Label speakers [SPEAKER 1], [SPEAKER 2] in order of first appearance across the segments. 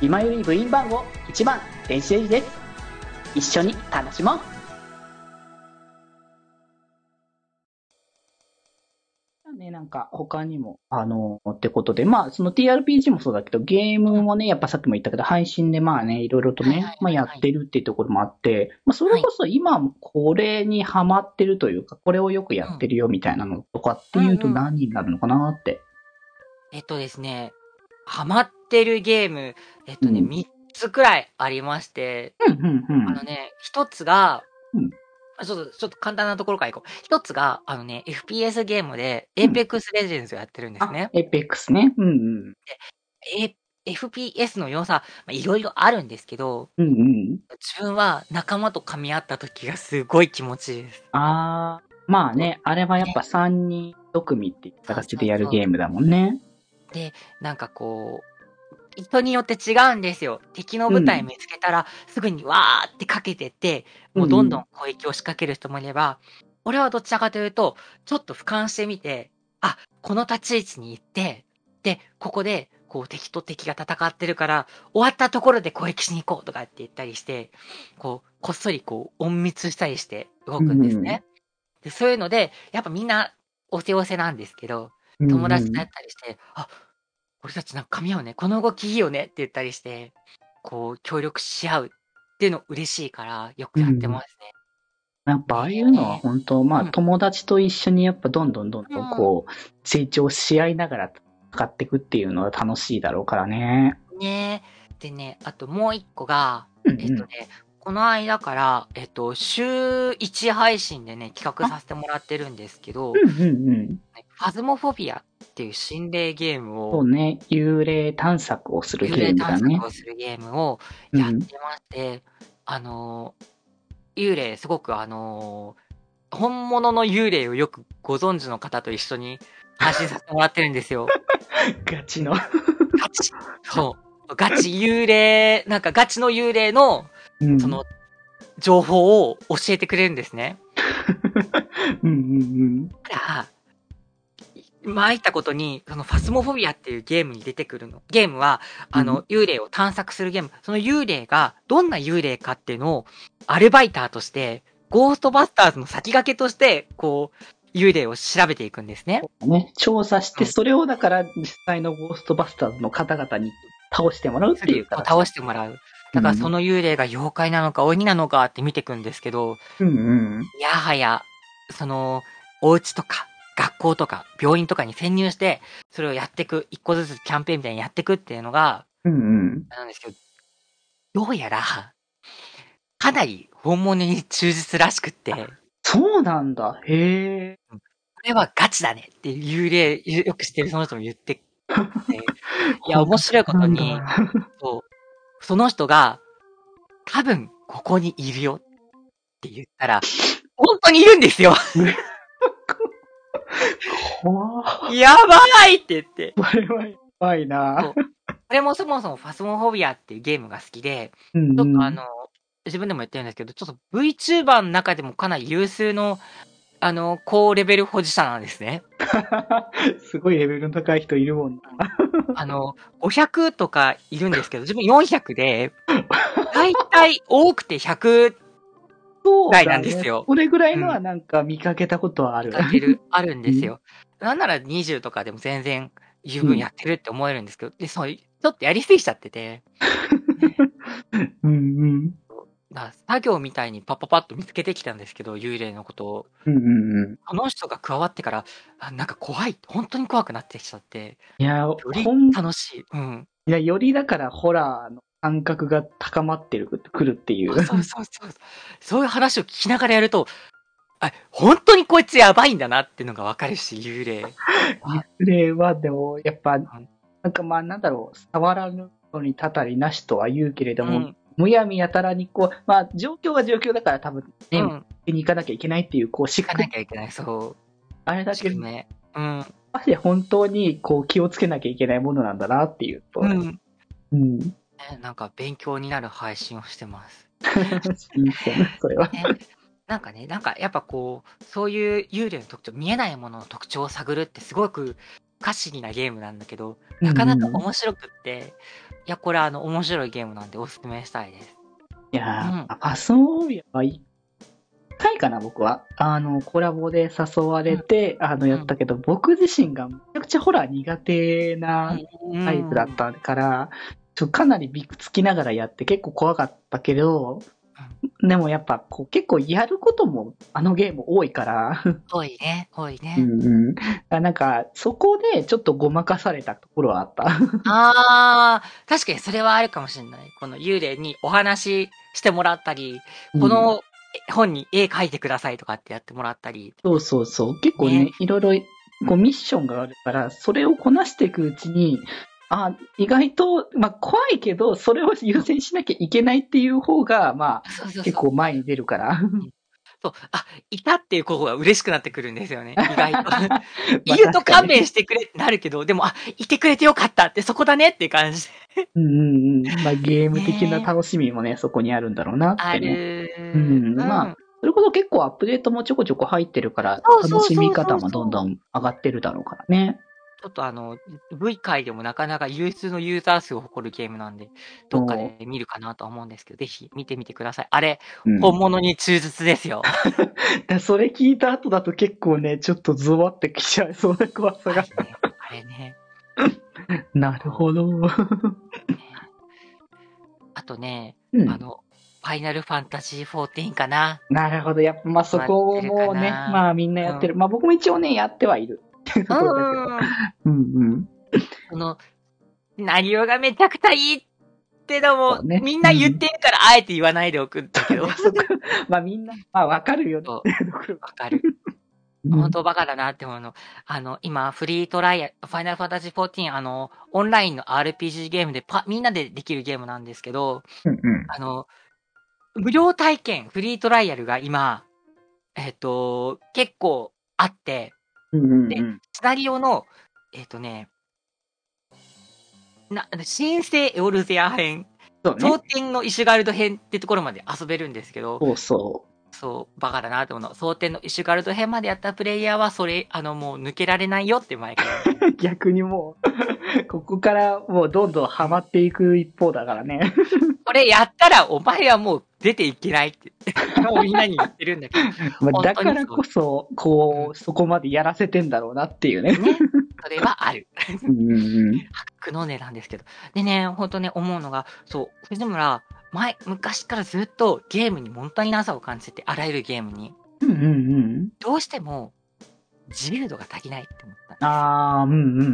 [SPEAKER 1] 今より部員番号1番電子レンジです一緒に楽しもうね、なんか他にも、あのーってことで、まあ、その TRPG もそうだけど、ゲームもね、やっぱさっきも言ったけど、配信でまあね、いろいろと
[SPEAKER 2] はい
[SPEAKER 1] ね、
[SPEAKER 2] はいはい
[SPEAKER 1] まあやってるっていうところもあって、まあ、それこそ今もこれにハマってるというか、これをよくやってるよみたいなのとかっていうと
[SPEAKER 2] うんうん
[SPEAKER 1] 何になるのかなって。
[SPEAKER 2] えっとですね、ハマってるゲーム、えっとね、
[SPEAKER 1] うん
[SPEAKER 2] 3つくらいありまして、
[SPEAKER 1] うん、うん、うん。
[SPEAKER 2] あのね、1つが、
[SPEAKER 1] うん
[SPEAKER 2] あちょっと、ちょっと簡単なところからいこう。1つが、あのね、FPS ゲームで、Apex Legends をやってるんですね。
[SPEAKER 1] エペックスね。うん、うん。
[SPEAKER 2] え FPS の良さ、まあいろいろあるんですけど、
[SPEAKER 1] うん、うん。
[SPEAKER 2] 自分は仲間と噛み合った時がすごい気持ちいいです。
[SPEAKER 1] あー、まあね、あれはやっぱ3人1組っていう形でやるゲームだもんね。
[SPEAKER 2] なんかこう、人によって違うんですよ。敵の部隊見つけたら、すぐにわーってかけてって、もうどんどん攻撃を仕掛ける人もいれば、俺はどちらかというと、ちょっと俯瞰してみて、あ、この立ち位置に行って、で、ここで、こう敵と敵が戦ってるから、終わったところで攻撃しに行こうとかって言ったりして、こう、こっそりこう、隠密したりして動くんですね。でそういうので、やっぱみんな、おせおせなんですけど、友達だ
[SPEAKER 1] ね。
[SPEAKER 2] ったりして、あ俺たちなんか噛み合うねこの動きいいよねって言ったりしてこう協力し合うっていうの嬉しいからよくやってますね、
[SPEAKER 1] やっぱああいうのは本当、まあ
[SPEAKER 2] うん
[SPEAKER 1] 友達と一緒にやっぱどんどんどんどんこう、成長し合いながら戦っていくっていうのは楽しいだろうからね。
[SPEAKER 2] ねでねあともう一個が、
[SPEAKER 1] うん
[SPEAKER 2] えっとねこの間から、えっと、週1配信でね企画させてもらってるんですけ
[SPEAKER 1] う
[SPEAKER 2] ど、
[SPEAKER 1] んうんうん。
[SPEAKER 2] ファズモフォビアっていう心霊ゲーム
[SPEAKER 1] そ
[SPEAKER 2] を
[SPEAKER 1] うね、幽霊探索をするゲ
[SPEAKER 2] 幽
[SPEAKER 1] ー
[SPEAKER 2] 霊
[SPEAKER 1] ムだ
[SPEAKER 2] 探
[SPEAKER 1] ね
[SPEAKER 2] 索。をするゲームを
[SPEAKER 1] う
[SPEAKER 2] やって
[SPEAKER 1] ん
[SPEAKER 2] まして、あのー幽霊すごくあのー本物の幽霊をよくご存知の方と一緒に配信させてもらってるんです よ。
[SPEAKER 1] ガチの。
[SPEAKER 2] ガチそう。ガチ幽霊、なんかガチの幽霊の、
[SPEAKER 1] うん
[SPEAKER 2] その、情報を教えてくれるんですね。
[SPEAKER 1] うんうん
[SPEAKER 2] だから、参ったことに、そのファスモフォビアっていうゲームに出てくるの。ゲームは、あ
[SPEAKER 1] う
[SPEAKER 2] の、幽霊を探索するゲーム。その幽霊が、どんな幽霊かっていうのを、アルバイターとして、ゴーストバスターズの先駆けとして、こう、幽霊を調べていくんですね。
[SPEAKER 1] うん。ね、調査し
[SPEAKER 2] う
[SPEAKER 1] て、
[SPEAKER 2] ん
[SPEAKER 1] それをだから実際のゴーストバスターズの方々に倒してもらうっていう形。
[SPEAKER 2] 倒してもらう。だからその幽霊が妖怪なのか鬼なのかって見ていくんですけど、
[SPEAKER 1] うんうん。
[SPEAKER 2] やはや、その、お家とか、学校とか、病院とかに潜入して、それをやっていく、一個ずつキャンペーンみたいにやっていくっていうのが、
[SPEAKER 1] うんうん。
[SPEAKER 2] なんですけど、どうやら、かなり本物に忠実らしくって、こ
[SPEAKER 1] そうなんだ。へえ。
[SPEAKER 2] れはガチだねって幽霊、よく知ってるその人も言って、ねいや、面白いことに、そうその人が、多分ここにいるよって言ったら、本当にいるんですよ
[SPEAKER 1] 怖っ
[SPEAKER 2] やばいって言って。
[SPEAKER 1] これはやばい
[SPEAKER 2] そ
[SPEAKER 1] な。
[SPEAKER 2] これもそもそもファスモフォビアっていうゲームが好きで、
[SPEAKER 1] うんうん
[SPEAKER 2] ちょっとあの、自分でも言ってるんですけど、ちょっと VTuber の中でもかなり有数の、あの、高レベル保持者なんですね。
[SPEAKER 1] すごいレベルの高い人いるもんな。
[SPEAKER 2] あの、500とかいるん ですけど、自分400で、大体多くて100
[SPEAKER 1] そう
[SPEAKER 2] だねなんですよ
[SPEAKER 1] これぐらいのはなんか見かけたことはある。
[SPEAKER 2] かける、あるんですよ。なんなら20とかでも全然十分やってるって思えるんですけど、で、そう、ちょっとやりすぎちゃってて、
[SPEAKER 1] うんうん。
[SPEAKER 2] だから作業みたいにパッパパッと見つけてきたんですけど、幽霊のことを。
[SPEAKER 1] うんうんうん。
[SPEAKER 2] あの人が加わってから、あなんか怖い、本当に怖くなってきちゃって、
[SPEAKER 1] いや、
[SPEAKER 2] より
[SPEAKER 1] ほん、い
[SPEAKER 2] 楽しい。うん。
[SPEAKER 1] や、よりだからホラーの感覚が高まってる、くるってい
[SPEAKER 2] あ
[SPEAKER 1] う。
[SPEAKER 2] そうそう そう。そういう話を聞きながらやると、あ、本当にこいつやばいんだなっていうのがわかるし、幽霊。
[SPEAKER 1] それはでも、やっぱ、なんかまあなんだろう、触らぬのにたたりなしとは言うけれども、
[SPEAKER 2] うん
[SPEAKER 1] むやみやたらにこう、まあ状況は状況だから多分、
[SPEAKER 2] う
[SPEAKER 1] ね、
[SPEAKER 2] ん。行
[SPEAKER 1] 見に行かなきゃいけないっていう、こう、しっ
[SPEAKER 2] か
[SPEAKER 1] か
[SPEAKER 2] な
[SPEAKER 1] り、
[SPEAKER 2] きゃいけない。そ
[SPEAKER 1] あれ
[SPEAKER 2] う。
[SPEAKER 1] だけど、
[SPEAKER 2] ね。うん。
[SPEAKER 1] マジで本当にこう気をつけなきゃいけないものなんだなっていうと。
[SPEAKER 2] うん。
[SPEAKER 1] うん。
[SPEAKER 2] ねなんか勉強になる配信をして ます。
[SPEAKER 1] いいですよね、それは。
[SPEAKER 2] ねなんかね、なんかやっぱこう、そういう幽霊の特徴、見えないものの特徴を探るってすごく歌詞になゲームなんだけど、 なかなか面白くって、いや、これあの、面白いゲームなんでおすすめしたいです。
[SPEAKER 1] いやー
[SPEAKER 2] うん、
[SPEAKER 1] パパソービアは一回かな、僕は。あの、コラボで誘われて、あの、やったけど、僕自身がめちゃくちゃホラー苦手なタイプだったから、ちょかなりびくつきながらやって結構怖かったけど、でもやっぱこう結構やることもあのゲーム多いから、
[SPEAKER 2] 多いね、多いね。
[SPEAKER 1] うんうん、なんかそこでちょっとごまかされたところはあった。
[SPEAKER 2] あー、確かにそれはあるかもしれない。この幽霊にお話ししてもらったり、この本に絵描いてくださいとかってやってもらったり。
[SPEAKER 1] そうそうそう。結構ね、
[SPEAKER 2] ね
[SPEAKER 1] いろいろこうミッションがあるから、それをこなしていくうちに、あ意外と、まあ、怖いけど、それを優先しなきゃいけないっていう方が、まあ、
[SPEAKER 2] そうそうそう
[SPEAKER 1] 結構前に出るから。
[SPEAKER 2] そう。あ、いたっていう候補が嬉しくなってくるんです よね。意外と。いると勘弁してくれってなるけど、でも、あ、いてくれてよかったってそこだねっていう感じ。
[SPEAKER 1] うんうんうん。ま あ、ゲーム的な楽しみもね、そこにあるんだろうなっ
[SPEAKER 2] あ
[SPEAKER 1] てね。
[SPEAKER 2] る。
[SPEAKER 1] うんまあ。それこそ結構アップデートもちょこちょこ入ってるから
[SPEAKER 2] そう、そうそう
[SPEAKER 1] 楽
[SPEAKER 2] そう
[SPEAKER 1] しみ方もどんどん上がってるだろうからね。
[SPEAKER 2] ちょっとあの、V 界でもなかなか有数のユーザー数を誇るゲームなんで、どっかで見るかなとは思うんですけど、ぜひ見てみてください。あれ、
[SPEAKER 1] うん
[SPEAKER 2] 本物に忠実ですよ。
[SPEAKER 1] だそれ聞いた後だと結構ね、ちょっとゾワってきちゃいそうな怖 さ
[SPEAKER 2] あ
[SPEAKER 1] が
[SPEAKER 2] れね。。あれね
[SPEAKER 1] なるほど。
[SPEAKER 2] あとね、
[SPEAKER 1] うん
[SPEAKER 2] あの、ファイナルファンタジー14か な。
[SPEAKER 1] なるほど。やっぱ、まあ、そこもね、
[SPEAKER 2] やってるかな
[SPEAKER 1] まあ、みんなやってる。まあ、僕も一応ね、やってはいる。って いうところだけど。うんうん。
[SPEAKER 2] この、内容がめちゃくちゃいいって
[SPEAKER 1] そ
[SPEAKER 2] のも、
[SPEAKER 1] うね
[SPEAKER 2] みんな言ってるから、あえて言わないでおくんだけど。わ
[SPEAKER 1] そこ、まあ、みんな、まあ、わかるよね。
[SPEAKER 2] かる。本当バカだなって思うの。あの、今、フリートライアル、ファイナルファンタジー14、あの、オンラインの RPG ゲームでパ、みんなでできるゲームなんですけど、
[SPEAKER 1] うんうん。
[SPEAKER 2] あの、無料体験、フリートライアルが今、えっ、と、結構あって、
[SPEAKER 1] うんうん
[SPEAKER 2] で
[SPEAKER 1] うん。
[SPEAKER 2] シナリオの、えっ、とね、な、新生エオルゼア編、
[SPEAKER 1] そうね
[SPEAKER 2] 蒼。天のイシュガルド編ってところまで遊べるんですけど、
[SPEAKER 1] そうそ
[SPEAKER 2] そう、バカだなって思うの。蒼天のイシュガルド編までやったプレイヤーは、それ、あの、もう抜けられないよって前から。
[SPEAKER 1] う。逆にも う、ここからもうどんどんハマっていく一方だからね。
[SPEAKER 2] これやったら、お前はもう出ていけない って、もうみんなに言ってるんだけど、
[SPEAKER 1] まあ、
[SPEAKER 2] 本当にそ
[SPEAKER 1] だ
[SPEAKER 2] う
[SPEAKER 1] からこそ、こう、そこまでやらせてんだろうなっていうね。
[SPEAKER 2] ね、それはある。
[SPEAKER 1] うんうんうん。
[SPEAKER 2] 苦悩ねなんですけど。でね、ほんとね、思うのが、そう、藤村、前、昔からずっとゲームに物足りなさを感じてて、あらゆるゲームに。
[SPEAKER 1] うんうんうん。
[SPEAKER 2] どうしても、自由度が足りないって思った。
[SPEAKER 1] ああ、うんうんう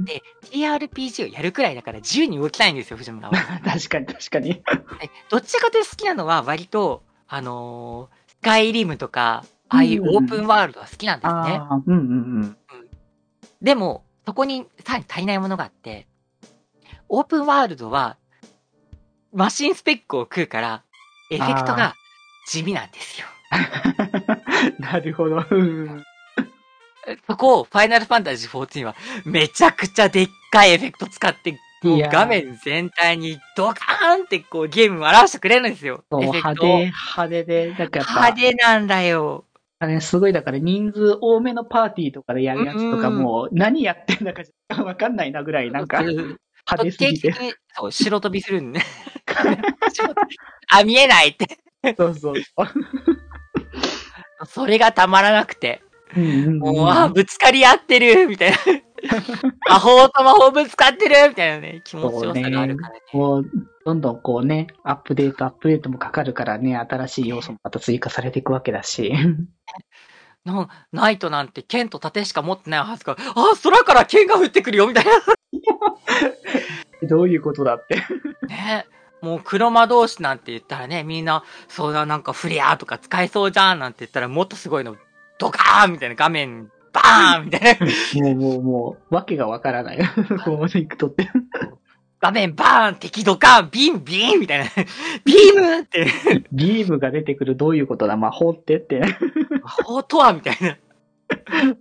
[SPEAKER 1] ん。
[SPEAKER 2] で、TRPG をやるくらいだから自由に動きたいんですよ、藤村 は。
[SPEAKER 1] 確かに確かに。
[SPEAKER 2] はいどっちかというと好きなのは割と、あのースカイリムとか、ああいうオープンワールドは好きなんですね。
[SPEAKER 1] ああ、うんうんうん。
[SPEAKER 2] でも、そこにさらに足りないものがあって、オープンワールドは、マシンスペックを食うから、エフェクトが地味なんですよ。
[SPEAKER 1] なるほど。うん
[SPEAKER 2] そこをファイナルファンタジー14は、めちゃくちゃでっかいエフェクト使って、もう
[SPEAKER 1] いやー
[SPEAKER 2] 画面全体にドカーンってこうゲームを表してくれるんですよ。
[SPEAKER 1] そう
[SPEAKER 2] エフェ
[SPEAKER 1] 派
[SPEAKER 2] ク
[SPEAKER 1] 手、
[SPEAKER 2] トを。
[SPEAKER 1] 派手で、なんかやっぱ、
[SPEAKER 2] 派手なんだよ。
[SPEAKER 1] あれすごい、だから人数多めのパーティーとかでやるやつとか
[SPEAKER 2] うんうん
[SPEAKER 1] も、何やってんだかわかんないなぐらい、なんか、
[SPEAKER 2] うん
[SPEAKER 1] 派手す
[SPEAKER 2] 定
[SPEAKER 1] ぎ
[SPEAKER 2] 期的
[SPEAKER 1] て。
[SPEAKER 2] に、そう、白飛びするんで。 あ、見えないって。
[SPEAKER 1] そうそう。
[SPEAKER 2] それがたまらなくて。
[SPEAKER 1] うんうん
[SPEAKER 2] も
[SPEAKER 1] うん
[SPEAKER 2] う、あ、ぶつかり合ってるみた いな。魔法と魔法ぶつかってるみたいなね、気持ちよさがあるからね。
[SPEAKER 1] こう、どんどんこうね、アップデート、アップデートもかかるからね、新しい要素もまた追加されていくわけだし。
[SPEAKER 2] なナイトなんて剣と盾しか持ってないはずが、あ、空から剣が降ってくるよみたい
[SPEAKER 1] どういうことだって。
[SPEAKER 2] な。ね。もう黒魔同士なんて言ったらね、みんな、そうだなんかフレアとか使えそうじゃんなんて言ったらもっとすごいの、ドカーンみたいな画面、バーンみたい
[SPEAKER 1] も
[SPEAKER 2] な。
[SPEAKER 1] うもうもう、わけがわからない。こう、いくとって。
[SPEAKER 2] 画面バーン敵ドカーンビンビンみたいな。ビーム って。
[SPEAKER 1] ビームが出てくる、どういうことだ魔法ってって。
[SPEAKER 2] 魔法とはみたいな。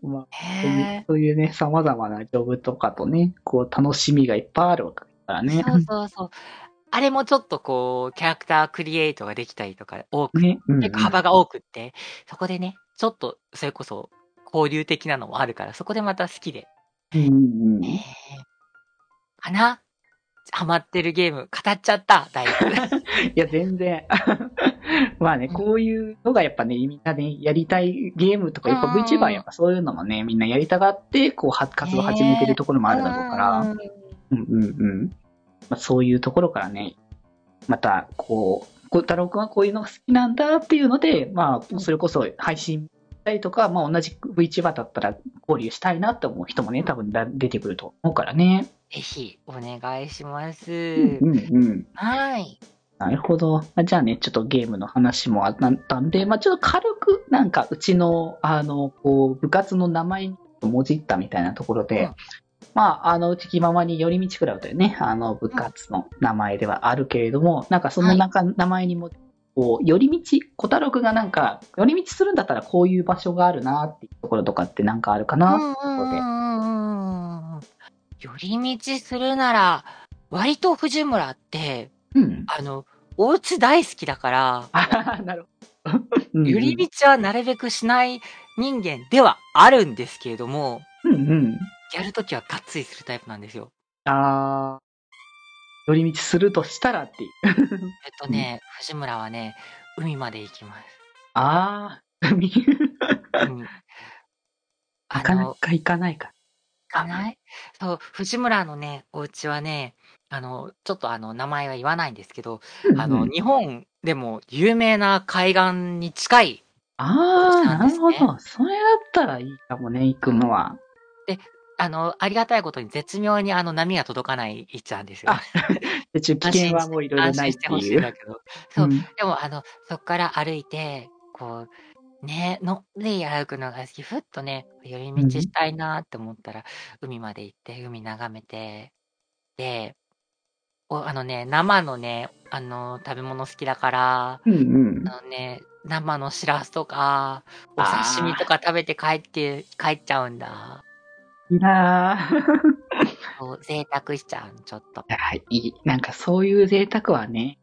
[SPEAKER 1] まあそうい
[SPEAKER 2] へ
[SPEAKER 1] うそういうね、様々なジョブとかとね、こう、楽しみがいっぱいあるわけだからね。
[SPEAKER 2] そうそうそう。あれもちょっとこう、キャラクタークリエイトができたりとか、多く、
[SPEAKER 1] ね。うんうん
[SPEAKER 2] 結構幅が多くって、そこでね、ちょっと、それこそ、交流的なのもあるから、そこでまた好きで、
[SPEAKER 1] うんうんうん
[SPEAKER 2] えーかなハマってるゲーム、語っちゃった、だい ぶ。
[SPEAKER 1] いや、全然。まあね、こういうのがやっぱね、みんなね、やりたいゲームとか、やっぱ
[SPEAKER 2] うん
[SPEAKER 1] VTuber やっぱそういうのもね、みんなやりたがって、こう、は活動を始めてるところもあるだろうから、
[SPEAKER 2] ん
[SPEAKER 1] うんうんうん。まあ、そういうところからね、また、こう、小太郎くんはこういうのが好きなんだっていうので、まあ、それこそ配信したりとか、まあ、同じ VTuber だったら交流したいなって思う人もね、多分だ出てくると思うからね。
[SPEAKER 2] ぜひ、お願いします。
[SPEAKER 1] うんうん。
[SPEAKER 2] はい。
[SPEAKER 1] なるほど。あじゃあね、ちょっとゲームの話もあったんで、まあ、ちょっと軽く、なんか、うちの、あの、こう、部活の名前にもじったみたいなところで、
[SPEAKER 2] うん
[SPEAKER 1] まあ、あの、うち気ままに寄り道クラブというね、あの、部活の名前ではあるけれども、なんかその中、名前にも、こう、寄り道、小太郎くんがなんか、寄り道するんだったらこういう場所があるなっていうところとかってなんかあるかな、
[SPEAKER 2] うんうんうんうんうん寄り道するなら、割と藤村って、
[SPEAKER 1] うん。
[SPEAKER 2] あの、お家大好きだから、
[SPEAKER 1] あははなるほど。うん
[SPEAKER 2] 寄り道はなるべくしない人間ではあるんですけれども、
[SPEAKER 1] うんうん。
[SPEAKER 2] やるときはがっつりするタイプなんですよ。
[SPEAKER 1] あー、寄り道するとしたらっていう。
[SPEAKER 2] えっとね、藤村はね、海まで行 きます。
[SPEAKER 1] ああ、海。
[SPEAKER 2] うん、
[SPEAKER 1] な
[SPEAKER 2] あ
[SPEAKER 1] かな
[SPEAKER 2] の、
[SPEAKER 1] か行かないか。
[SPEAKER 2] 行かないそう、藤村のね、お家はね、あの、ちょっとあの、名前は言わないんですけど、あの、
[SPEAKER 1] うん
[SPEAKER 2] 日本でも有名な海岸に近い、
[SPEAKER 1] ああ、
[SPEAKER 2] そう
[SPEAKER 1] な
[SPEAKER 2] な
[SPEAKER 1] んる
[SPEAKER 2] です
[SPEAKER 1] ほ
[SPEAKER 2] ね
[SPEAKER 1] ど。それだったらいいかもね、行くのは。
[SPEAKER 2] あの、ありがたいことに絶妙にあの、波が届かない位置なんですよ。
[SPEAKER 1] あで、中危険はもういろいろ
[SPEAKER 2] 安
[SPEAKER 1] ない
[SPEAKER 2] 心
[SPEAKER 1] って
[SPEAKER 2] してほし
[SPEAKER 1] い
[SPEAKER 2] いん
[SPEAKER 1] う。
[SPEAKER 2] だけど。そう
[SPEAKER 1] うん
[SPEAKER 2] でも、あの、そこから歩いて、こう、ね、のんびり歩くのが好き、ふっとね、寄り道したいなって思ったら、海まで行って、海眺めて、で、おあのね、生のね、あの、食べ物好きだから、
[SPEAKER 1] うんうん
[SPEAKER 2] あのね、生のしらすとか、お
[SPEAKER 1] あー
[SPEAKER 2] 刺身とか食べて帰って、帰っちゃうんだ。
[SPEAKER 1] いいなー
[SPEAKER 2] そう贅沢しちゃう、ちょっと。
[SPEAKER 1] あいい。なんかそういう贅沢はね、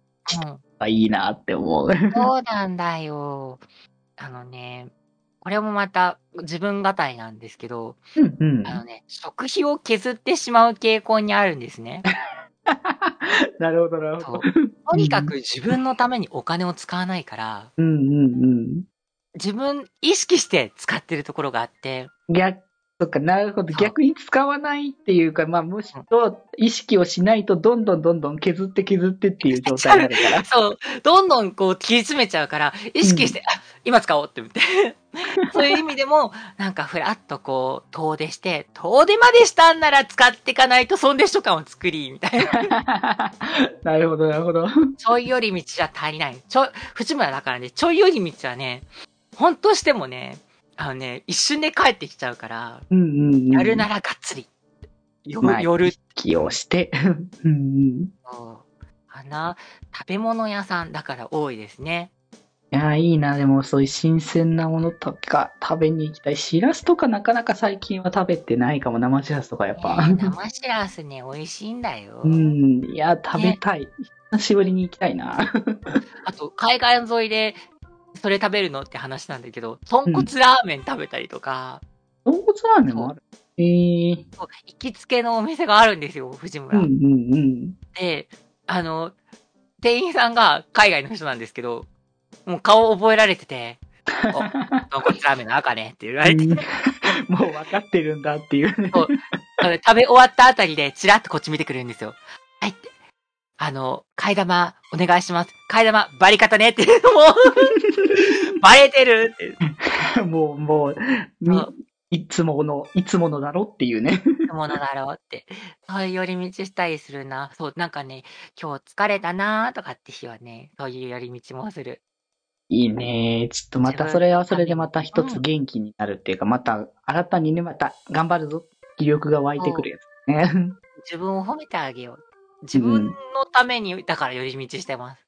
[SPEAKER 2] うん
[SPEAKER 1] いいなって思う。
[SPEAKER 2] そうなんだよ。あのね、これもまた自分語りなんですけど、
[SPEAKER 1] うんうん。
[SPEAKER 2] あのね、食費を削ってしまう傾向にあるんですね。
[SPEAKER 1] なるほど、なる
[SPEAKER 2] そ
[SPEAKER 1] ほ
[SPEAKER 2] う
[SPEAKER 1] ど。
[SPEAKER 2] とにかく自分のためにお金を使わないから、
[SPEAKER 1] うんうん
[SPEAKER 2] 自分意識して使ってるところがあって、
[SPEAKER 1] うん。逆、そっか、なるほど。
[SPEAKER 2] そう
[SPEAKER 1] 逆に使わないっていうか、まあ、むしろ意識をしないと、どんどんどんどん削って削ってっていう状態になるから。
[SPEAKER 2] そう、どんどんこう切り詰めちゃうから、意識して、あ今使おうっ て思って。そういう意味でも、なんかふらっとこう、遠出して、遠出までしたんなら使っていかないと損でしょ感を作り、みたいな。
[SPEAKER 1] なるほど、なるほど。
[SPEAKER 2] ちょい寄り道じゃ足りない。ちょ、藤村だからね、ちょい寄り道はね、ほんとしてもね、あのね、一瞬で帰ってきちゃうから、
[SPEAKER 1] うんうんうん。
[SPEAKER 2] やるならがっつり。よ、
[SPEAKER 1] まあ
[SPEAKER 2] 夜
[SPEAKER 1] 意識をして。うん
[SPEAKER 2] と、かな。食べ物屋さんだから多いですね。
[SPEAKER 1] うん。いや、いいな。でも、そういう新鮮なものとか食べに行きたい。しらすとかなかなか最近は食べてないかも。生しらすとかやっぱ。
[SPEAKER 2] ね生しらすね、美味しいんだよ。
[SPEAKER 1] うん。いや、食べたい。久しぶりに行きたいな。
[SPEAKER 2] あと、海岸沿いで、それ食べるのって話なんだけど、豚骨ラーメン食べたりとか、
[SPEAKER 1] 豚骨ラーメンもある。えー。
[SPEAKER 2] そう行きつけのお店があるんですよ、藤
[SPEAKER 1] う
[SPEAKER 2] 村。
[SPEAKER 1] んうんうん。
[SPEAKER 2] で、あの、店員さんが海外の人なんですけど、もう顔を覚えられてて、お、豚骨ラーメンの赤ねって言われて、
[SPEAKER 1] もう分かってるんだっていうね。
[SPEAKER 2] あの食べ終わったあたりでチラッとこっち見てくれるんですよ。はいって。あの、替え玉お願いします。替え玉バリ方ねっていうのも、バレてるって。
[SPEAKER 1] もう、もう、みいつもの、いつものだろっていうね。
[SPEAKER 2] ものだろうって。そういう寄り道したりするな。そう、なんかね、今日疲れたなーとかって日はね、そういう寄り道もする。
[SPEAKER 1] いいね。ちょっとまたそれはそれでまた一つ元気になるっていうか、また新たにね、また頑張るぞ。気力が湧いてくるやつ ね。
[SPEAKER 2] 自分を褒めてあげよう。自分のために、だから寄り道してます。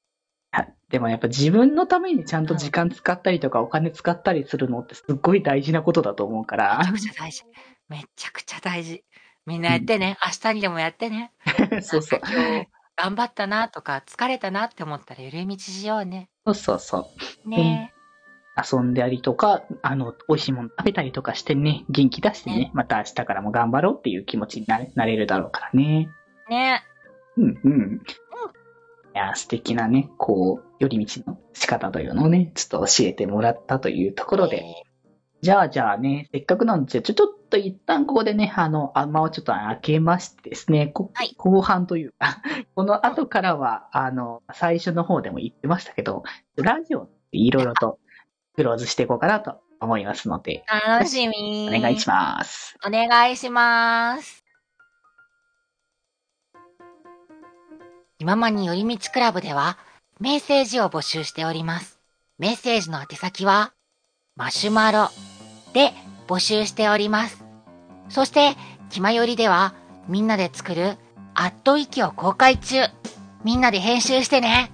[SPEAKER 1] でもやっぱ自分のためにちゃんと時間使ったりとかお金使ったりするのってすっごい大事なことだと思うか
[SPEAKER 2] めちゃ
[SPEAKER 1] ら、
[SPEAKER 2] くちゃ大事。めちゃくちゃ大事。みんなやってね。明日にでもやってね。
[SPEAKER 1] そうそう。
[SPEAKER 2] なんか今日頑張ったなとか、疲れたなって思ったら寄り道しようね。
[SPEAKER 1] そうそうそう。
[SPEAKER 2] ね
[SPEAKER 1] 遊んだりとか、あの、美味しいもの食べたりとかしてね、元気出してね、
[SPEAKER 2] ね
[SPEAKER 1] また明日からも頑張ろうっていう気持ちになれなれるだろうからね。
[SPEAKER 2] ね。
[SPEAKER 1] うんうん。いや、素敵なね、こう、寄り道の仕方というのをね、ちょっと教えてもらったというところで、じゃあじゃあね、せっかくなんで、ちょ、ちょっと一旦ここでね、あの、あ間をちょっと開けましてですね、こ
[SPEAKER 2] はい
[SPEAKER 1] 後半というか、 この後からは、あの、最初の方でも言ってましたけど、ラジオいろいろとクローズしていこうかなと思いますので、
[SPEAKER 2] 楽しみ
[SPEAKER 1] お。願いします。
[SPEAKER 2] お願いします。気ままに寄り道クラブではメッセージを募集しております。メッセージの宛先はマシュマロで募集しております。そして、気まよりではみんなで作るアットウィキを公開中。みんなで編集してね。